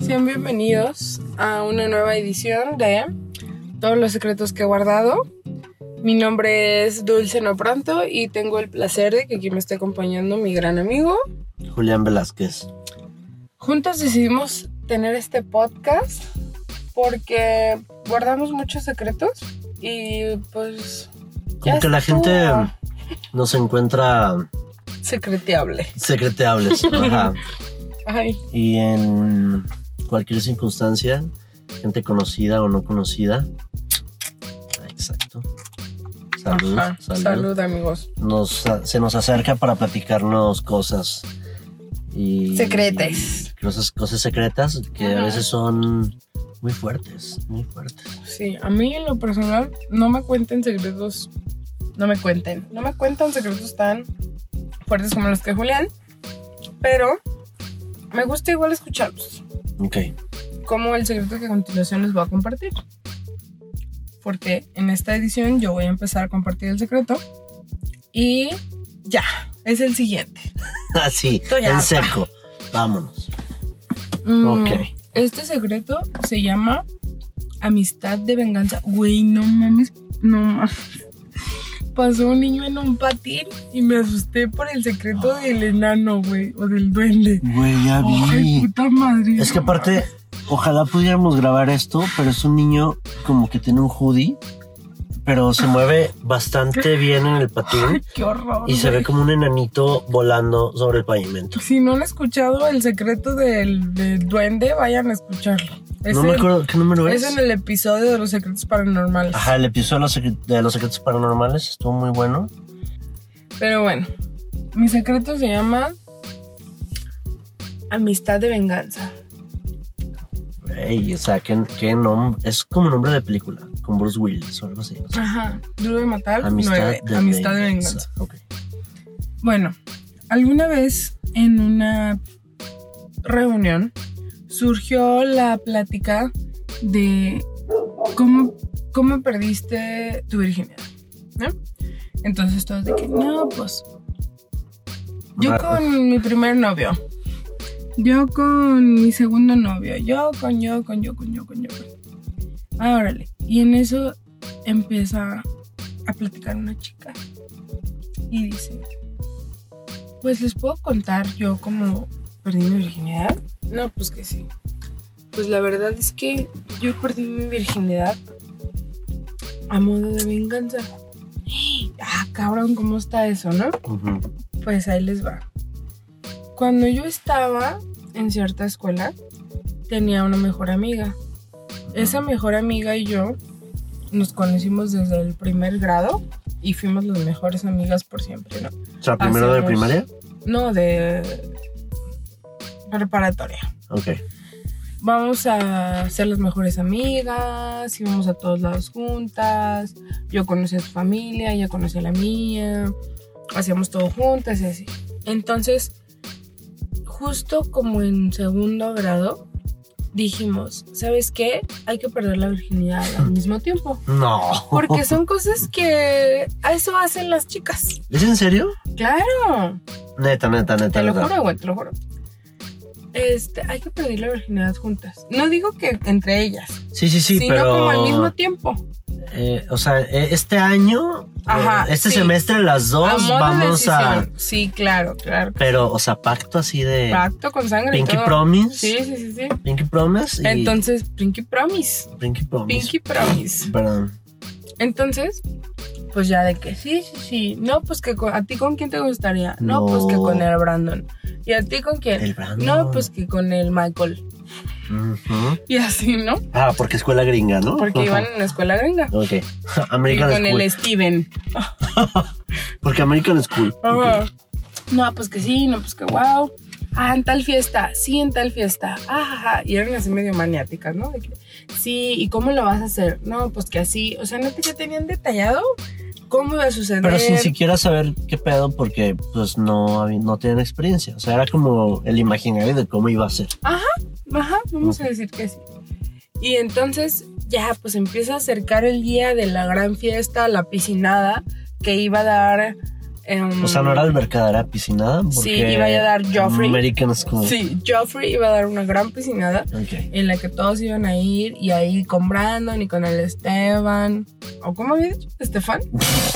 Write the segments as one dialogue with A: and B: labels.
A: Sean bienvenidos a una nueva edición de Todos los secretos que he guardado. Mi nombre es Dulce No Pronto y tengo el placer de que aquí me esté acompañando mi gran amigo.
B: Julián Velázquez.
A: Juntos decidimos tener este podcast porque guardamos muchos secretos y pues
B: Como
A: Ya
B: que la
A: estuvo.
B: gente nos encuentra
A: secreteable.
B: secreteables. ajá.
A: Ay,
B: Y en cualquier circunstancia, gente conocida o no conocida. Exacto. Salud,
A: ajá.
B: salud.
A: salud amigos.
B: Nos, se nos acerca para platicarnos cosas. Y
A: Secretes.
B: Cosas, cosas secretas que a
A: Ajá.
B: veces son muy fuertes, muy fuertes.
A: Sí, a mí en lo personal no me cuenten secretos, no me cuenten, no me cuentan secretos tan fuertes como los que Julián, pero me gusta igual escucharlos,
B: Ok.
A: como el secreto que a continuación les voy a compartir. Porque en esta edición yo voy a empezar a compartir el secreto y ya, es el siguiente.
B: Así,
A: Estoy
B: Ah, en
A: harta.
B: seco. Vámonos.
A: Mm,
B: Ok.
A: Este secreto se llama Amistad de Venganza. Güey, no mames, no mames. Pasó un niño en un patín y me asusté por el secreto del enano, güey, o del duende.
B: Güey, ya
A: Ay, puta madre.
B: Es que
A: no
B: aparte,
A: mames.
B: ojalá pudiéramos grabar esto, pero es un niño como que tiene un hoodie, pero se mueve bastante bien en el
A: Ay,
B: patín
A: qué horror.
B: y se
A: güey.
B: ve como un enanito volando sobre el pavimento.
A: Si no han escuchado el secreto del, del duende, vayan a escucharlo. Es,
B: no
A: en-
B: me acuerdo qué número es.
A: es en el episodio de los secretos paranormales.
B: Ajá, el episodio de los, secre- de los secretos paranormales estuvo muy bueno.
A: Pero bueno, mi secreto se llama Amistad de Venganza.
B: Ey, o sea, qué, qué nom- Es como nombre de película, con Bruce Willis o algo así. no sé.
A: Ajá. Duro de matar.
B: Amistad,
A: nueve.
B: de
A: Amistad de venganza. Bueno, alguna vez en una reunión surgió la plática de cómo, cómo perdiste tu virginidad. ¿no? Entonces todos de que, no, pues Yo
B: Ah.
A: con mi primer novio. Yo con mi segundo novio. Yo con yo, con yo, con yo, con yo. con- Ah, órale. Y en eso empieza a platicar una chica. Y dice, pues les puedo contar yo como perdí mi virginidad. No, pues que sí. Pues la verdad es que yo perdí mi virginidad a modo de venganza. Ah, cabrón, ¿cómo está eso, no?
B: Ujú.
A: Pues ahí les va. Cuando yo estaba en cierta escuela, tenía una mejor amiga. Esa mejor amiga y yo nos conocimos desde el primer grado y fuimos las mejores amigas por siempre, ¿no?
B: O sea, primero de
A: Hacemos-
B: primaria.
A: No, de preparatoria.
B: Ok.
A: Vamos a ser las mejores amigas, íbamos a todos lados juntas, yo conocí a su familia, ella conocía a la mía, hacíamos todo juntas y así. Entonces, justo como en segundo grado, dijimos, ¿sabes qué? Hay que perder la virginidad al mismo tiempo.
B: No.
A: Porque son cosas que a eso hacen las chicas.
B: ¿Es en serio?
A: Claro.
B: Neta, neta, neta.
A: Te lo
B: neta.
A: juro, güey, te lo juro. Este, hay que pedir la virginidad juntas. No digo que entre ellas,
B: Sí, sí, sí,
A: sino
B: pero.
A: como al mismo tiempo.
B: eh, o sea, eh, este año,
A: Ajá,
B: eh, este
A: sí.
B: semestre, las
A: a
B: dos
A: modo
B: vamos a.
A: decisión. Sí, claro, claro.
B: Pero, o sea, pacto así de.
A: Pacto con sangre y
B: Pinky
A: todo.
B: Promise.
A: Sí, sí, sí, sí.
B: Pinky Promise y.
A: Entonces, Pinky Promise.
B: Pinky Promise.
A: Pinky Promise.
B: Perdón.
A: Entonces, pues ya de que sí, sí, sí. No, pues que con- a ti con quién te gustaría. No,
B: No.
A: pues que con el Brandon. ¿Y a ti con quién?
B: El Brandon.
A: No, pues que con el Michael.
B: Ujú.
A: Y así, ¿no?
B: Ah, porque escuela gringa, ¿no?
A: Porque
B: Ajá.
A: iban en la escuela gringa.
B: Ok.
A: Y
B: American
A: con
B: School.
A: el Steven.
B: Porque American School.
A: Ajá. Ah, No, pues que sí, no, pues que wow. Ah, en tal fiesta, sí, en tal fiesta. Ajá, y eran así medio maniáticas, ¿no? De que, sí, ¿y cómo lo vas a hacer? No, pues que así. O sea, no te ya tenían detallado cómo iba a suceder.
B: Pero sin siquiera saber qué pedo, porque pues no, había- no tienen experiencia. O sea, era como el imaginario de cómo iba a ser.
A: Ajá, vamos a decir que sí. Y entonces ya, pues empieza a acercar el día de la gran fiesta, la piscinada que iba a dar em,
B: O sea, no era albercada, era piscinada.
A: Sí,
B: porque
A: iba a dar Joffrey.
B: American School.
A: Sí, Joffrey iba a dar una gran piscinada
B: Ok.
A: en la que todos iban a ir y ahí con Brandon y con el Esteban. ¿O cómo había dicho? ¿Estefan?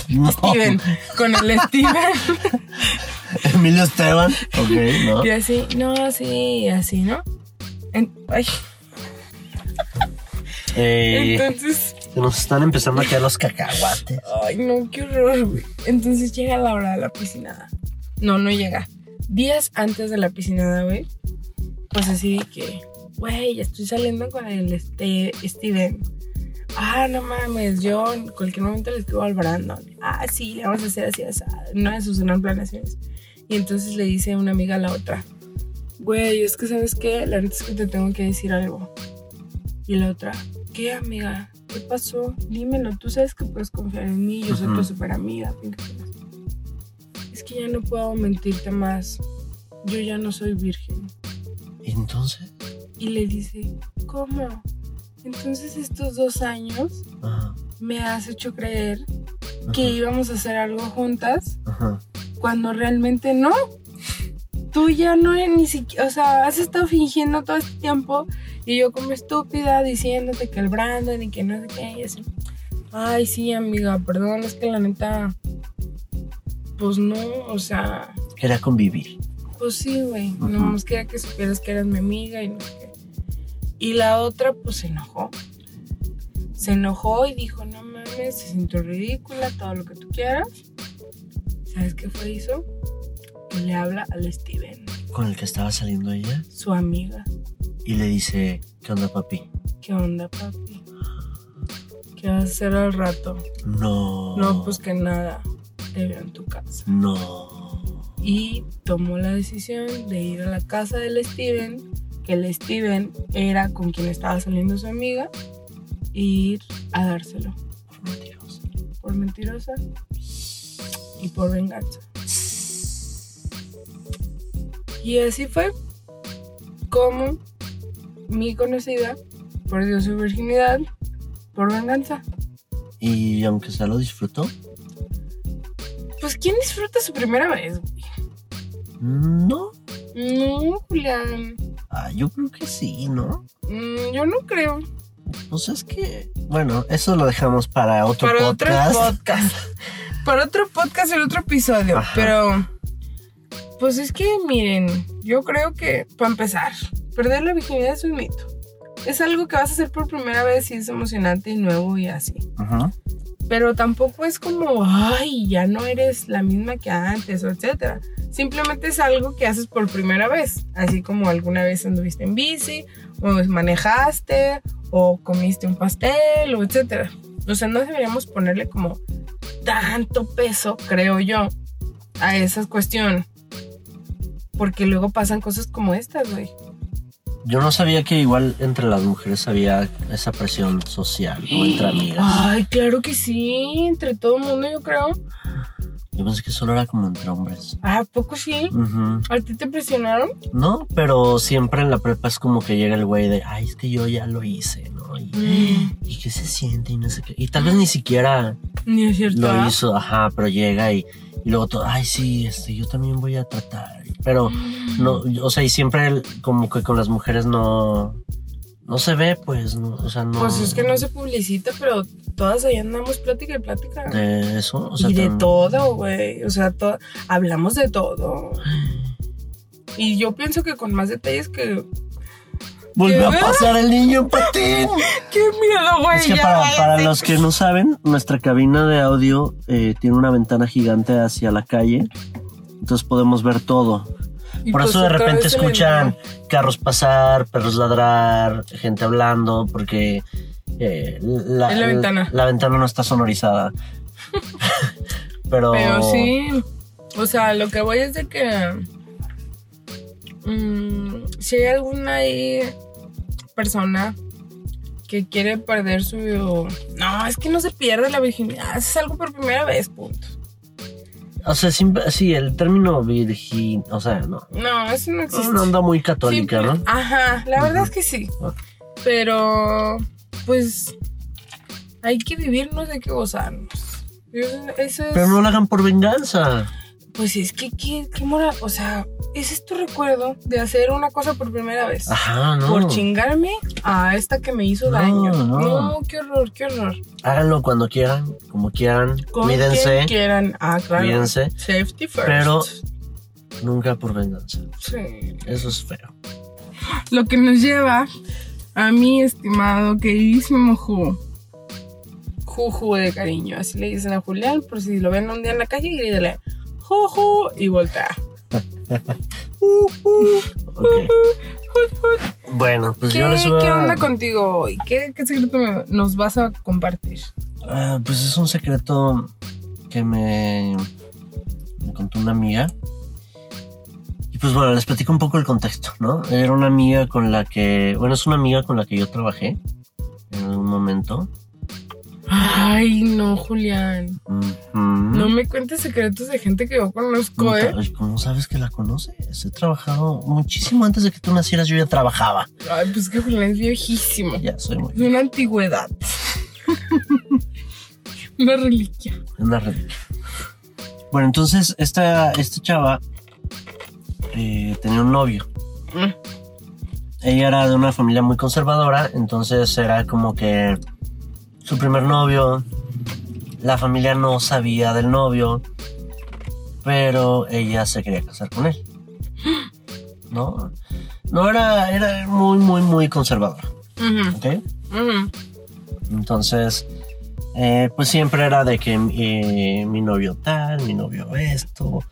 B: No.
A: Steven. Con el Steven.
B: Emilio Esteban. Ok, ¿no?
A: Y así, no, sí, y así, ¿no? En- ay,
B: Eh,
A: entonces,
B: se nos están empezando a quedar los cacahuates.
A: ay, no, qué horror, güey. Entonces llega la hora de la piscinada. No, no llega. Días antes de la piscinada, güey, pues así de que, güey, ya estoy saliendo con el este, Steven. Ah, no mames, yo en cualquier momento le escribo al Brandon. Ah, sí, le vamos a hacer así, así. Una de sus gran planeaciones. Y entonces le dice una amiga a la otra, güey, es que sabes qué, la neta es que te tengo que decir algo. Y la otra, ¿qué amiga? ¿Qué pasó? Dímelo, tú sabes que puedes confiar en mí, yo soy
B: Ujú.
A: tu super amiga. Es que ya no puedo mentirte más, yo ya no soy virgen.
B: ¿Y entonces?
A: Y le dice, ¿cómo? Entonces estos dos años
B: Ajá,
A: me has hecho creer
B: ajá,
A: que íbamos a hacer algo juntas
B: ajá.
A: cuando realmente no. Tú ya no eres ni siquiera, o sea, has estado fingiendo todo este tiempo y yo como estúpida diciéndote que el Brandon y que no sé qué y así. Ay, sí, amiga, perdón, es que la neta, pues no, o sea,
B: Quería convivir.
A: pues sí, güey.
B: Ajá.
A: No más quería que supieras que eras mi amiga y no sé qué. Y la otra, pues se enojó. Se enojó y dijo, no mames, se sintió ridícula, todo lo que tú quieras. ¿Sabes qué fue hizo? Que le habla al Steven,
B: Con el que estaba saliendo ella.
A: su amiga.
B: Y le dice, ¿qué onda, papi?
A: ¿Qué onda, papi? ¿Qué vas a hacer al rato?
B: No.
A: No, pues que nada. Te veo en tu casa.
B: No.
A: y tomó la decisión de ir a la casa del Steven, que el Steven era con quien estaba saliendo su amiga, e ir a dárselo
B: Por mentiroso.
A: por mentirosa y por venganza. Y así fue como mi conocida perdió su virginidad por venganza.
B: Y aunque se lo disfrutó,
A: Pues, ¿quién disfruta su primera vez?
B: no.
A: No, Julián.
B: Ah, yo creo que sí, ¿no?
A: Mm, Yo no creo.
B: Pues es que, bueno, eso lo dejamos para otro
A: para
B: podcast.
A: otro podcast. para otro podcast, el otro episodio.
B: Ajá.
A: Pero, pues es que miren, yo creo que, para empezar, perder la virginidad es un mito. Es algo que vas a hacer por primera vez y es emocionante y nuevo y así.
B: Ajá.
A: Pero tampoco es como, ay, ya no eres la misma que antes o etcétera. Simplemente es algo que haces por primera vez. Así como alguna vez anduviste en bici, o manejaste, o comiste un pastel, o etcétera. O sea, no deberíamos ponerle como tanto peso, creo yo, a esa cuestión. Porque luego pasan cosas como estas, güey.
B: Yo no sabía que igual entre las mujeres había esa presión social o entre amigas.
A: Ay, claro que sí, entre todo el mundo, yo creo.
B: Yo pensé que solo era como entre hombres.
A: ¿A poco sí?
B: Ujú.
A: ¿A ti te presionaron?
B: No, pero siempre en la prepa es como que llega el güey de, ay, es que yo ya lo hice, ¿no? Y,
A: Mm.
B: y que se siente y no sé qué. Y tal vez ni siquiera
A: Ni es cierto.
B: lo
A: ¿ah?
B: hizo, ajá, pero llega y, y luego todo, ay, sí, este, yo también voy a tratar. Pero, no, o sea, y siempre el- como que con las mujeres no, no se ve, pues, no, o sea, no.
A: Pues es que no se publicita, pero todas ahí andamos plática y plática.
B: De eso, Eh, o sea.
A: y de
B: tan-
A: todo, güey. O sea, to- hablamos de todo. Y yo pienso que con más detalles que.
B: Volvió a
A: ¿Qué?
B: pasar el niño en patín.
A: ¡Qué miedo, güey!
B: Es que
A: Ya
B: para,
A: vaya
B: para
A: así.
B: los que no saben, nuestra cabina de audio eh, tiene una ventana gigante hacia la calle. Entonces podemos ver todo.
A: Y
B: Por
A: pues
B: eso de
A: otra
B: repente
A: vez en el-
B: escuchan carros pasar, perros ladrar, gente hablando, porque eh, la,
A: Es la ventana.
B: la ventana no está sonorizada. Pero,
A: Pero sí. O sea, lo que voy es de que. mm, si hay alguna ahí persona que quiere perder su. No, es que no se pierde la virginidad. Es algo por primera vez, punto.
B: o sea, siempre- sí, el término virgin, o sea, no.
A: No, eso no existe.
B: Una onda muy católica,
A: Simple-
B: ¿no?
A: Ajá, la verdad
B: Ujú.
A: es que sí.
B: Ok.
A: Pero, pues, hay que vivirnos, hay que gozarnos. Eso eso es.
B: Pero no lo hagan por venganza.
A: Pues es que, ¿qué, qué moral? O sea, ese es tu recuerdo de hacer una cosa por primera vez.
B: Ajá, Ah, no.
A: Por chingarme a esta que me hizo
B: No,
A: daño.
B: no.
A: No, qué horror, qué horror.
B: Háganlo cuando quieran, como quieran.
A: Con
B: Cuídense,
A: quien quieran. Ah, claro.
B: cuídense.
A: Safety first.
B: Pero- Nunca por venganza.
A: Sí.
B: Eso es feo.
A: Lo que nos lleva a mi estimado queridísimo Ju. Juju de cariño. Así le dicen a Julián. Por si lo ven un día en la calle, grítale Juju y voltea.
B: Ok. Bueno, pues
A: ¿Qué,
B: yo les voy
A: qué
B: a-
A: onda contigo hoy? ¿Qué, qué secreto me- nos vas a compartir?
B: Ah, pues es un secreto que me, me contó una amiga. Y pues bueno, les platico un poco el contexto, ¿no? Era una amiga con la que, bueno, es una amiga con la que yo trabajé en algún momento.
A: Ay, no, Julián.
B: Ujú.
A: No me cuentes secretos de gente que yo conozco, ¿eh?
B: Ay, ¿Cómo sabes que la conoces? He trabajado muchísimo antes de que tú nacieras, yo ya trabajaba.
A: Ay, pues que Julián es viejísimo.
B: Ya, soy muy...
A: Es una antigüedad. una reliquia.
B: Una reliquia. Bueno, entonces esta, esta chava eh, tenía un novio. Ella era de una familia muy conservadora, entonces era como que su primer novio, la familia no sabía del novio, pero ella se quería casar con él. No, no era, era muy, muy, muy conservadora,
A: Ujú,
B: ¿ok?
A: ujú.
B: Entonces, eh, pues siempre era de que eh, mi novio tal, mi novio esto,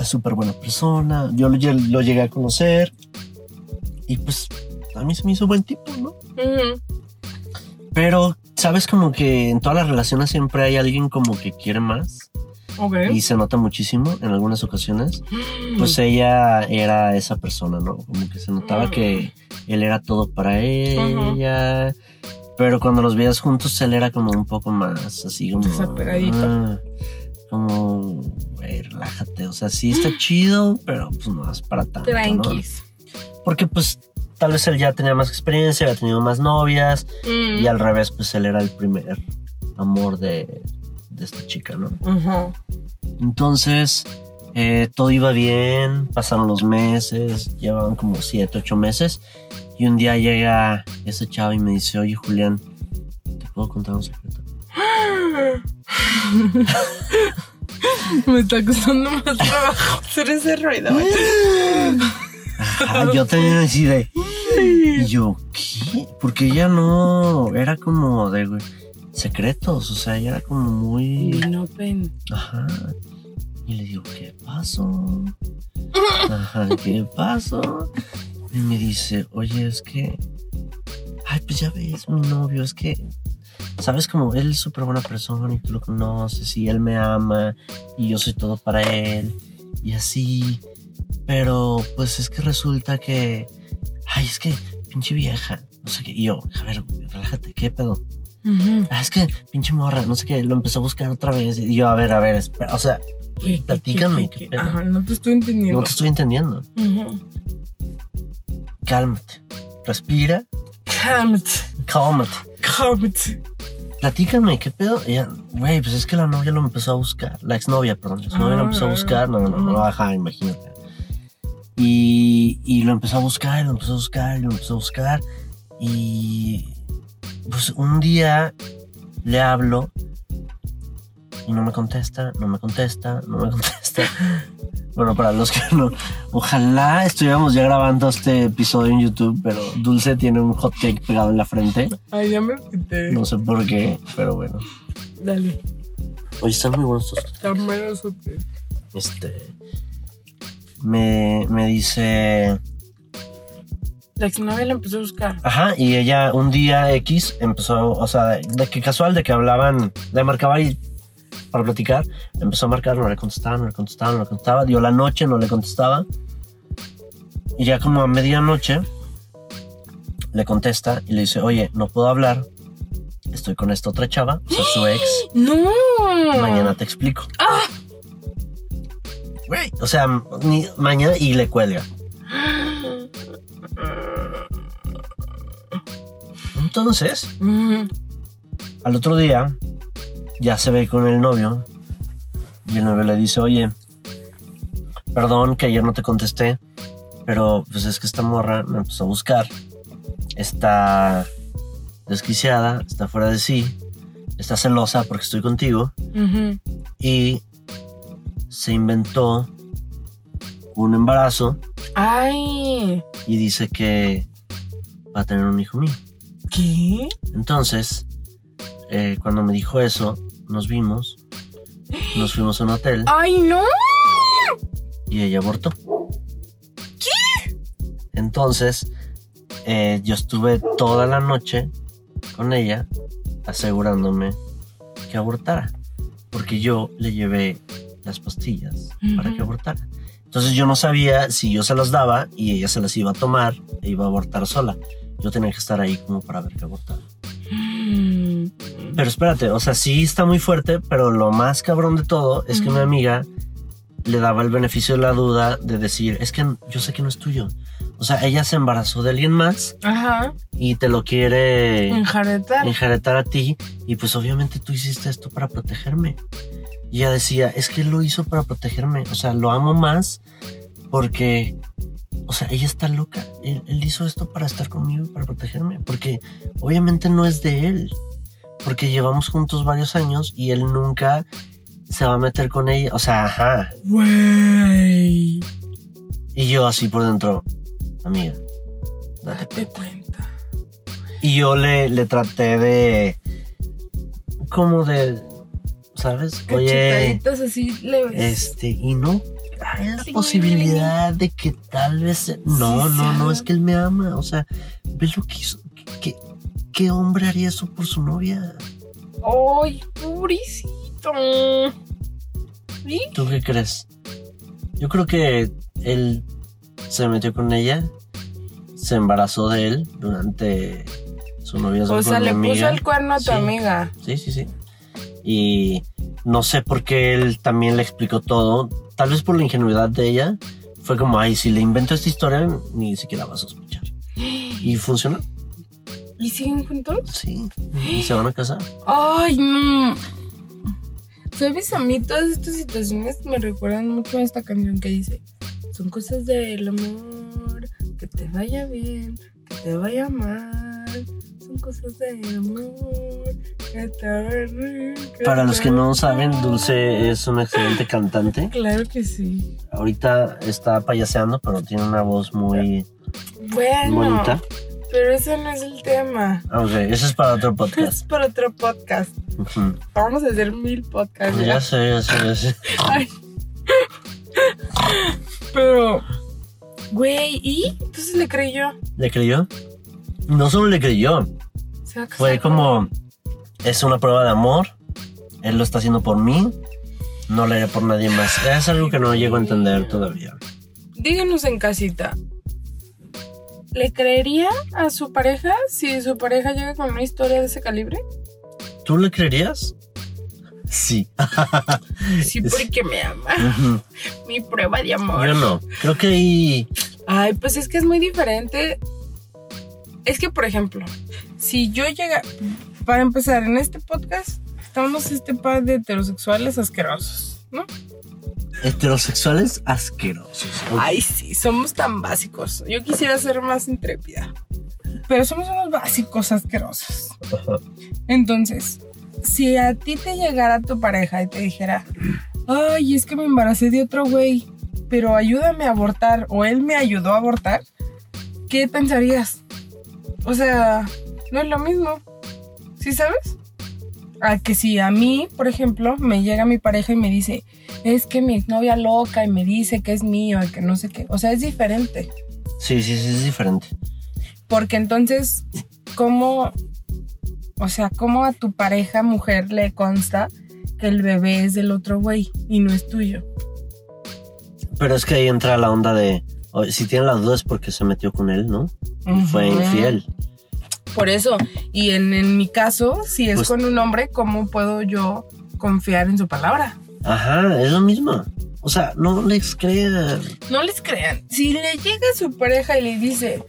B: es súper buena persona. Yo lo, lle- lo llegué a conocer y pues a mí se me hizo buen tipo, ¿no?
A: Ujú.
B: Pero, ¿sabes como que en todas las relaciones siempre hay alguien como que quiere más?
A: Ok.
B: Y se nota muchísimo en algunas ocasiones. Pues ella era esa persona, ¿no? Como que se notaba
A: Mm.
B: que él era todo para ella. Pero cuando los veías juntos, él era como un poco más así como.
A: Desapegadito.
B: ah, como, güey, relájate. O sea, sí está chido, pero pues no es para tanto. ¿no?
A: Tranquis.
B: Porque pues tal vez él ya tenía más experiencia, había tenido más novias.
A: Mm.
B: Y al revés, pues él era el primer amor de, de esta chica, ¿no?
A: Ujú.
B: Entonces, eh, todo iba bien, pasaron los meses, llevaban como 7, 8 meses. Y un día llega ese chavo y me dice, oye Julián, ¿te puedo contar un secreto?
A: Me está costando más trabajo hacer ese ruido.
B: Ah, yo tenía así de... Y yo, ¿qué? Porque ella no era como de güey, secretos, o sea, ella era como muy...
A: Bien open.
B: Ajá. Y le digo, ¿qué pasó? Ajá, ¿qué pasó? Y me dice, oye, es que. Ay, pues ya ves, mi novio, es que. Sabes como él es súper buena persona y tú lo conoces y él me ama y yo soy todo para él y así. Pero pues es que resulta que. Ay, es que pinche vieja. No sé qué. Y yo, a ver, güey, relájate, ¿qué pedo?
A: Ujú.
B: Ah, es que pinche morra, no sé qué, lo empezó a buscar otra vez. Y yo, a ver, a ver, espera, o sea,
A: ¿Qué, qué, qué,
B: Platícame, qué
A: qué?
B: pedo.
A: Ajá, no te estoy entendiendo.
B: no te estoy entendiendo.
A: Ujú.
B: Cálmate, respira,
A: Cálmate.
B: cálmate.
A: Cálmate.
B: Platícame, ¿qué pedo? Y Ella, güey, pues es que la novia lo empezó a buscar, la exnovia, perdón, la exnovia lo empezó a buscar, no, no, no, no, ajá, imagínate. Y, y lo empezó a buscar, lo empezó a buscar, lo empezó a buscar. Y pues un día le hablo y no me contesta, no me contesta, no me contesta. Bueno, para los que no, ojalá estuviéramos ya grabando este episodio en YouTube, pero Dulce tiene un hot cake pegado en la frente.
A: Ay, ya me quité.
B: No sé por qué, pero bueno.
A: Dale.
B: Oye, están muy buenos estos.
A: Camero sote.
B: Este. Me, me dice.
A: La exnovia la empezó a buscar.
B: Ajá, y ella un día X empezó, o sea, de, de que casual, de que hablaban, le marcaba y para platicar, le empezó a marcar, no le contestaba, no le contestaba, no le contestaba, dio la noche, no le contestaba. Y ya como a medianoche, le contesta y le dice, oye, no puedo hablar, estoy con esta otra chava, o sea, su ex.
A: ¡No! ¡Ah!
B: Mañana te explico. Güey, O sea, ni- mañana y le cuelga. Entonces,
A: Mm,
B: al otro día, ya se ve con el novio. Y el novio le dice, oye, perdón que ayer no te contesté, pero pues es que esta morra me empezó a buscar. Está desquiciada, está fuera de sí, está celosa porque estoy contigo
A: Ujú.
B: y se inventó un embarazo
A: Ay,
B: y dice que va a tener un hijo mío.
A: ¿qué?
B: Entonces, eh, cuando me dijo eso, nos vimos, nos fuimos a un hotel
A: Ay, no.
B: y ella abortó. Entonces, eh, yo estuve toda la noche con ella asegurándome que abortara, porque yo le llevé las pastillas para que
A: Ujú.
B: abortara. Entonces yo no sabía si yo se las daba y ella se las iba a tomar e iba a abortar sola. Yo tenía que estar ahí como para ver que abortara.
A: Mm.
B: Pero espérate, o sea, sí está muy fuerte, pero lo más cabrón de todo es que
A: Ujú.
B: mi amiga le daba el beneficio de la duda de decir, es que yo sé que no es tuyo. O sea, ella se embarazó de alguien más
A: Ajá.
B: y te lo quiere
A: Enjaretar.
B: enjaretar a ti y pues obviamente tú hiciste esto para protegerme. Y ella decía, es que lo hizo para protegerme, o sea, lo amo más porque, o sea, ella está loca, él, él hizo esto para estar conmigo y para protegerme, porque obviamente no es de él, porque llevamos juntos varios años y él nunca se va a meter con ella, o sea, ajá,
A: Güey.
B: y yo así por dentro, amiga,
A: Date
B: date
A: cuenta.
B: Y yo le, le traté de. Como de. ¿Sabes? Oye.
A: Cachetaditas así leves.
B: Este, y no. Hay la
A: Sí.
B: posibilidad de que tal vez. No,
A: Sí,
B: no, no,
A: sabe.
B: es que él me ama. O sea, ve lo que hizo. ¿Qué, qué hombre haría eso por su novia?
A: Ay, pobrecito. ¿Sí?
B: ¿Tú qué crees? Yo creo que él se metió con ella, se embarazó de él durante su noviazgo
A: O
B: con
A: sea,
B: mi
A: le puso
B: amiga.
A: el cuerno a tu
B: Sí.
A: amiga.
B: Sí, sí, sí. Y no sé por qué él también le explicó todo. Tal vez por la ingenuidad de ella. Fue como, ay, si le invento esta historia, ni siquiera va a sospechar. Y funcionó.
A: ¿Y siguen juntos?
B: Sí. Y se van a casar.
A: Ay, no. ¿Sabes? A mí todas estas situaciones me recuerdan mucho a esta canción que dice: Son cosas del amor, que te vaya bien, que te vaya mal. Son cosas del amor, que te vaya bien. que
B: Para los
A: te
B: que no
A: vaya
B: saben,
A: mal".
B: Dulce eh, es una excelente cantante.
A: Claro que sí.
B: Ahorita está payaseando, pero tiene una voz muy
A: Bueno,
B: bonita.
A: pero ese no es el tema.
B: Ok, eso es para otro podcast.
A: Es para otro podcast.
B: Ujú.
A: Vamos a hacer mil podcasts.
B: Ya
A: ¿verdad?
B: sé, ya sé, ya sé.
A: Pero, güey, ¿y? Entonces le creyó.
B: ¿Le creyó? No solo le creyó,
A: Se va a casar
B: Fue
A: con-
B: como, es una prueba de amor, él lo está haciendo por mí, no lo haré por nadie más. Es algo que no llego a entender todavía.
A: Díganos en casita. ¿Le creería a su pareja si su pareja llega con una historia de ese calibre?
B: ¿Tú le creerías? Sí.
A: Sí, porque me ama.
B: Ujú.
A: Mi prueba de amor.
B: Mm. Yo no. Creo que ahí...
A: Ay, pues es que es muy diferente. Es que, por ejemplo, si yo llega. Para empezar, en este podcast estamos este par de heterosexuales asquerosos, ¿no?
B: Heterosexuales asquerosos.
A: Ay, sí, somos tan básicos. Yo quisiera ser más intrépida. Pero somos unos básicos asquerosos. Entonces, si a ti te llegara tu pareja y te dijera, ay, es que me embaracé de otro güey, pero ayúdame a abortar o él me ayudó a abortar, ¿qué pensarías? O sea, no es lo mismo. ¿Sí sabes? A que si a mí, por ejemplo, me llega mi pareja y me dice, es que mi exnovia loca y me dice que es mío y que no sé qué. O sea, es diferente.
B: Sí, sí, sí, es diferente.
A: Porque entonces, ¿cómo, o sea, cómo a tu pareja mujer le consta que el bebé es del otro güey y no es tuyo?
B: Pero es que ahí entra la onda de, o- si tienen las dudas porque se metió con él, ¿no? Y fue
A: Ujú.
B: infiel.
A: Por eso, y en, en mi caso, si es
B: Pues-
A: con un hombre, ¿cómo puedo yo confiar en su palabra?
B: Ajá, es lo mismo. O sea, no les creas.
A: No les crean. Si le llega a su pareja y le dice,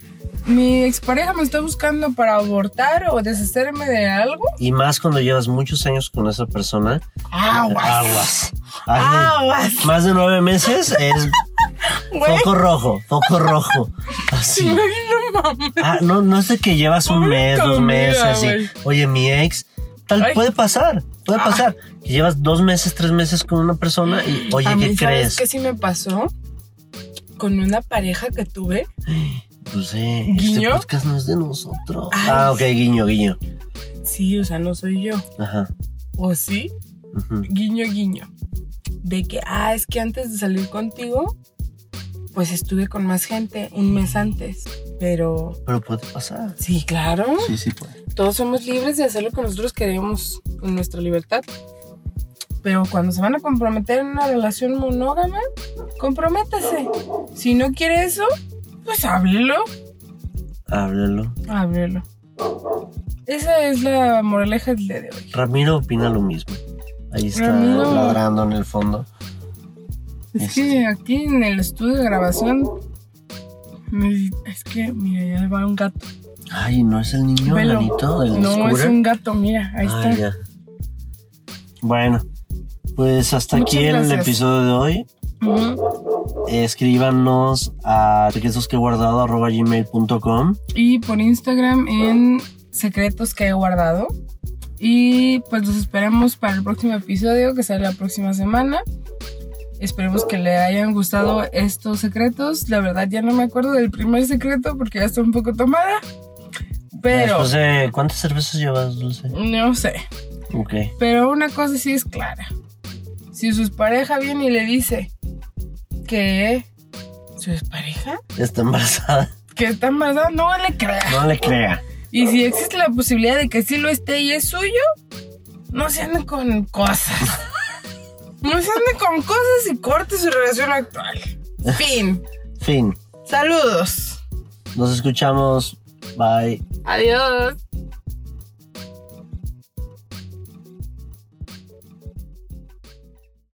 A: mi expareja me está buscando para abortar o deshacerme de algo.
B: Y más cuando llevas muchos años con esa persona. Aguas. Ay,
A: Aguas.
B: Más de nueve meses es
A: Ah, Güey,
B: foco rojo, foco rojo. Así.
A: imagino, mamá.
B: Ah, no, no es de que llevas un
A: Pobre
B: mes, dos
A: Camila,
B: meses, así.
A: güey.
B: Oye, mi ex, tal,
A: Ay.
B: puede pasar, puede
A: Ah.
B: pasar. Que llevas dos meses, tres meses con una persona y, oye,
A: A
B: ¿qué
A: mí,
B: crees?
A: ¿sabes qué sí me pasó? Con una pareja que tuve.
B: Pues, eh, este
A: ¿Guiño?
B: podcast no es de nosotros.
A: Ay.
B: Ah, ok, guiño, guiño.
A: Sí, o sea, no soy yo.
B: Ajá.
A: ¿O sí?
B: ujú.
A: Guiño, guiño. De que, ah, es que antes de salir contigo, pues estuve con más gente un mes antes. Pero
B: Pero puede pasar.
A: sí, claro.
B: Sí, sí, puede.
A: Todos somos libres de hacer lo que nosotros queremos en nuestra libertad. Pero cuando se van a comprometer en una relación monógama, comprométase. Si no quiere eso, pues háblelo.
B: Háblalo.
A: Ábrelo. Esa es la moraleja del día de hoy.
B: Ramiro opina lo mismo. Ahí está
A: Ramiro.
B: ladrando en el fondo.
A: Es que aquí en el estudio de grabación. me- Es que, mira, ya va un gato.
B: Ay, ¿no es el niño
A: Velo.
B: Lanito del
A: No, es
B: scooter?
A: un gato, mira, ahí
B: Ah,
A: está.
B: ya. Bueno, pues hasta
A: Muchas
B: aquí el
A: gracias.
B: episodio de hoy.
A: Ujú.
B: Escríbanos a secretosqueguardado.gmail.com
A: Y por Instagram en secretos que he guardado. Y pues los esperamos para el próximo episodio que sale la próxima semana. Esperemos que le hayan gustado estos secretos. La verdad ya no me acuerdo del primer secreto porque ya estoy un poco tomada. Pero...
B: Después de- Eh, ¿Cuántas cervezas llevas, Dulce?
A: No sé,
B: Ok.
A: pero una cosa sí es clara. Si su pareja viene y le dice que su pareja
B: Está embarazada.
A: que está embarazada, no le crea.
B: No le crea.
A: Y si existe la posibilidad de que sí lo esté y es suyo, no se ande con cosas. No se ande con cosas y corte su relación actual. Fin.
B: Fin.
A: Saludos.
B: Nos escuchamos. Bye.
A: Adiós.